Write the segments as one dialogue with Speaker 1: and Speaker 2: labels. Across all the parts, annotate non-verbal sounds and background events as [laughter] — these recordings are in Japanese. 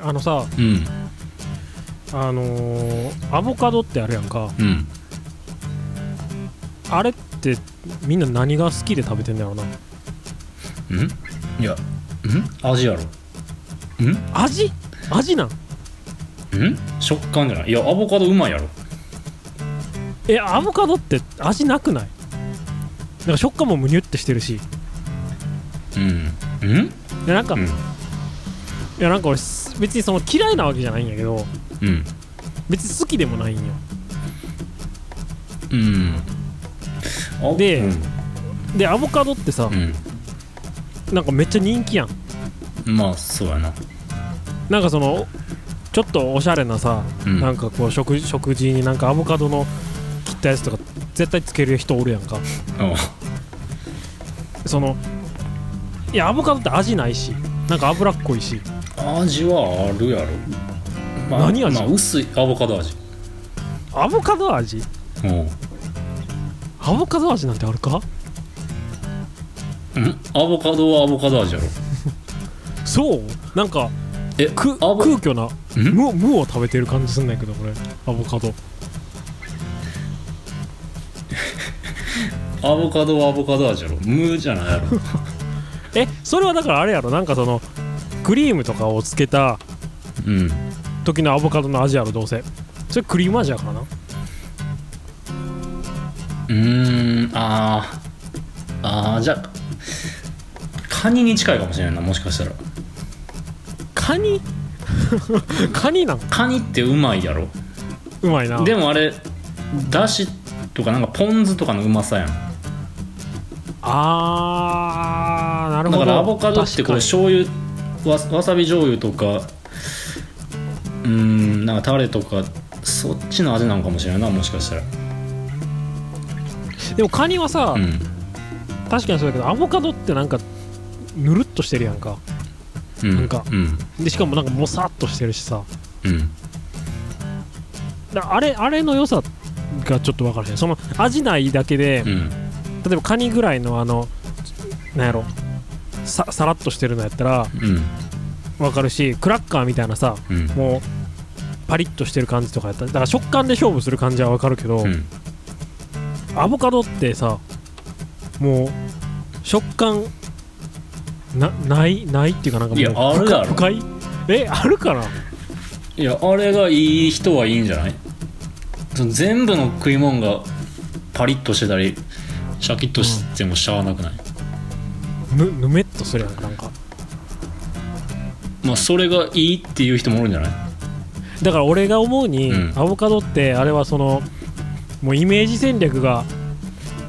Speaker 1: あのさ
Speaker 2: うん
Speaker 1: あのーアボカドってあるやんか
Speaker 2: うん
Speaker 1: あれってみんな何が好きで食べてんだろうな
Speaker 2: うんいやうん味やろうん
Speaker 1: 味味なん
Speaker 2: うん食感じゃないいやアボカドうまいやろ
Speaker 1: えアボカドって味なくないなんか食感もむにゅってしてるし
Speaker 2: うんうん
Speaker 1: いやなんか、
Speaker 2: うん
Speaker 1: いやなんか俺別にその嫌いなわけじゃないんやけど
Speaker 2: うん
Speaker 1: 別に好きでもないんよ
Speaker 2: うんあ
Speaker 1: で
Speaker 2: うん
Speaker 1: でアボカドってさ、なんかめっちゃ人気やん
Speaker 2: うんまあそうやな
Speaker 1: なんかそのちょっとおしゃれなさ、
Speaker 2: うん
Speaker 1: なんかこう食食事になんかアボカドの切ったやつとか絶対つける人おるやんか
Speaker 2: あ
Speaker 1: そのいやアボカドって味ないしなんか脂っこいし
Speaker 2: 味はあるやろ、まあ、
Speaker 1: 何味
Speaker 2: まあ薄いアボカド味
Speaker 1: アボカド味
Speaker 2: うん
Speaker 1: アボカド味なんてあるか
Speaker 2: うんアボカドはアボカド味やろ
Speaker 1: そうなんか
Speaker 2: え
Speaker 1: く
Speaker 2: アボ
Speaker 1: 空虚なん無無を食べてる感じすんねんけどこれアボカド
Speaker 2: アボカドはアボカド味やろ無じゃないやろ
Speaker 1: えそれはだからあれやろなんかそのクリームとかをつけた
Speaker 2: うん
Speaker 1: 時のアボカドの味やろどうせそれクリーム味やからな
Speaker 2: うーんあーあーじゃあカニに近いかもしれないなもしかしたら
Speaker 1: カニ [laughs] カニなん
Speaker 2: カニってうまいやろ
Speaker 1: うまいな
Speaker 2: でもあれだしとかなんかポン酢とかのうまさやん
Speaker 1: あーなる
Speaker 2: だ
Speaker 1: ほど
Speaker 2: からアボカドって
Speaker 1: 確
Speaker 2: こう
Speaker 1: かに
Speaker 2: 醤油わわさび醤油とかうーんなんかタレとかそっちの味なのかもしれないなもしかしたら
Speaker 1: でもカニはさ、
Speaker 2: うん
Speaker 1: 確かにそうだけどアボカドってなんかぬるっとしてるやんか
Speaker 2: うん
Speaker 1: なんか
Speaker 2: うん
Speaker 1: でしかもなんかもさっとしてるしさ
Speaker 2: うん
Speaker 1: だあれあれの良さがちょっと分からへんその味ないだけで、
Speaker 2: うん
Speaker 1: 例えばカニぐらいのあのなんやろささらっとしてるのやったら
Speaker 2: うん
Speaker 1: 分かるしクラッカーみたいなさ
Speaker 2: うん
Speaker 1: もうパリッとしてる感じとかやったらだから食感で勝負する感じは分かるけど、
Speaker 2: うん
Speaker 1: アボカドってさもう食感なないないっていうかなんかもう
Speaker 2: いやあるやろ
Speaker 1: 不快えあるかない
Speaker 2: やあれがいい人はいいんじゃないその全部の食い物がパリッとしてたりシャキッとしてもしゃあなくない、
Speaker 1: ぬぬめっとするやんかなんか
Speaker 2: まあそれがいいっていう人もおるんじゃない
Speaker 1: だから俺が思うに、
Speaker 2: うん
Speaker 1: アボカドってあれはそのもうイメージ戦略が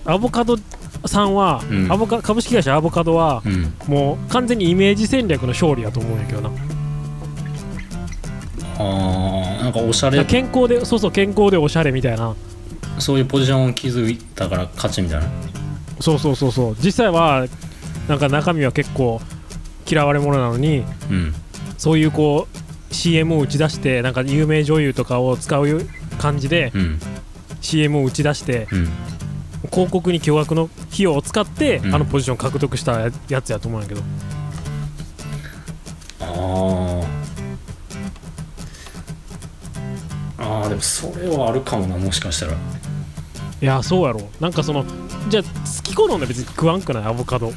Speaker 1: アボカドさんは、
Speaker 2: うん
Speaker 1: アボカ株式会社アボカドは、
Speaker 2: うん
Speaker 1: もう完全にイメージ戦略の勝利やと思うんやけどなだか
Speaker 2: あーなんかおしゃ
Speaker 1: ら
Speaker 2: れ
Speaker 1: 健康でそうそう健康でおしゃれみたいな
Speaker 2: そういうポジションを築いたから勝ちみたいな
Speaker 1: そうそうそうそう実際はなんか中身は結構嫌われ者なのに
Speaker 2: うん
Speaker 1: そういうこう CM を打ち出してなんか有名女優とかを使う感じで
Speaker 2: うん
Speaker 1: CM を打ち出して
Speaker 2: うん
Speaker 1: 広告に巨額の費用を使って
Speaker 2: うん
Speaker 1: あのポジションを獲得したやつやと思うんやけど
Speaker 2: あああーでもそれはあるかもなもしかしたら
Speaker 1: いやそうやろなんかそのじゃあ好き好んで別に食わんくないアボカド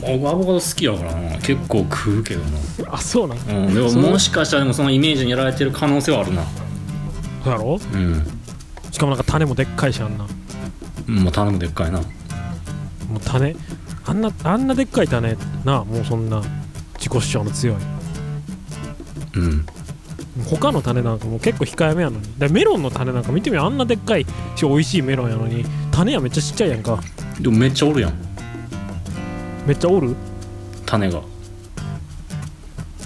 Speaker 2: 僕アボカド好きやからな結構食うけどな
Speaker 1: あそうなん
Speaker 2: うん、でも
Speaker 1: そう
Speaker 2: もしかしたらでもそのイメージにやられてる可能性はあるな
Speaker 1: そうやろ
Speaker 2: うん
Speaker 1: しかもなんか種もでっかいしあんな
Speaker 2: もう頼むでっかいな
Speaker 1: もう種あんなあんなでっかい種なあもうそんな自己主張の強い
Speaker 2: うん
Speaker 1: 他の種なんかもう結構控えめやのにでメロンの種なんか見てみあんなでっかいし美味しいメロンやのに種はめっちゃちっちゃいやんか
Speaker 2: でもめっちゃおるやん
Speaker 1: めっちゃおる
Speaker 2: 種が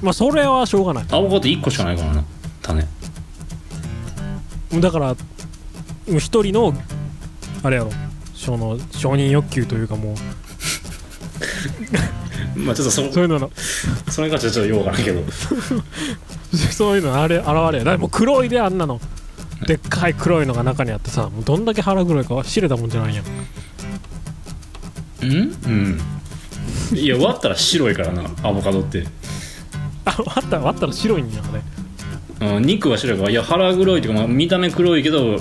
Speaker 1: まあそれはしょうがない
Speaker 2: アボカド1個しかないからな種
Speaker 1: だからもう一人のあれやろその承認欲求というかもう
Speaker 2: まあちょっとそ
Speaker 1: そういうのの [laughs]
Speaker 2: それがちょっとようわからんけど
Speaker 1: そういうのあれ現れやだってもう黒いであんなのでっかい黒いのが中にあってさもうどんだけ腹黒いかは知れたもんじゃないやん
Speaker 2: うんうんいや割ったら白いからなアボカドって
Speaker 1: あ割った割ったら白いんやあれ
Speaker 2: うん、肉は白いからいや腹黒いっていうか、まあ、見た目黒いけど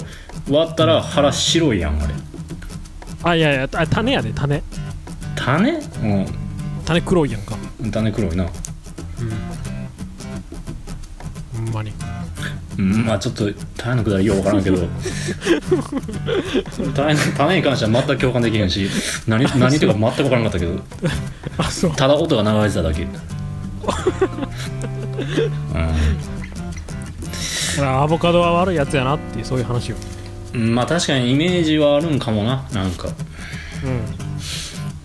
Speaker 2: 割ったら腹白いやんあれ
Speaker 1: あいやいやあ種やで種
Speaker 2: 種
Speaker 1: 種黒いやんか
Speaker 2: うん種黒いな
Speaker 1: ほんまに
Speaker 2: うんまあちょっと種のくだりよう分からんけど [laughs] 種の種に関しては全く共感できへんし何何っていうか全く分からんかったけど
Speaker 1: あそう
Speaker 2: ただ音が流れてただけうん
Speaker 1: アボカドは悪いやつやなっていうそういう話よ
Speaker 2: うんまあ確かにイメージはあるんかもななんか、
Speaker 1: うん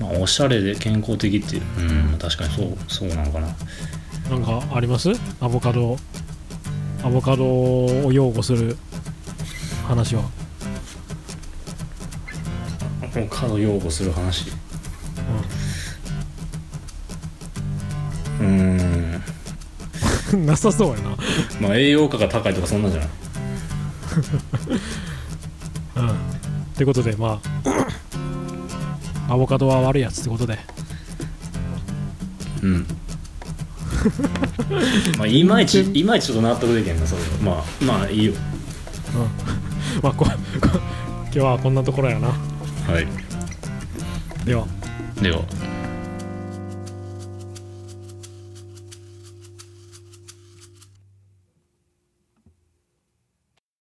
Speaker 2: まあ、おしゃれで健康的っていううん確かにそうそうなのかな
Speaker 1: なんかありますアボカドアボカドを擁護する話は、 [laughs]
Speaker 2: もうカード擁護する話うーん
Speaker 1: うん、なさそうや
Speaker 2: まあ栄養価が高いとかそんなんじゃない
Speaker 1: なうんってことでまあ [coughs] アボカドは悪いやつってことで
Speaker 2: うん [laughs] まあいまいちいまいちちょっと納得できへんなそれはまあまあいいよ
Speaker 1: まあここ [laughs] 今日はこんなところやな
Speaker 2: はい
Speaker 1: では
Speaker 2: では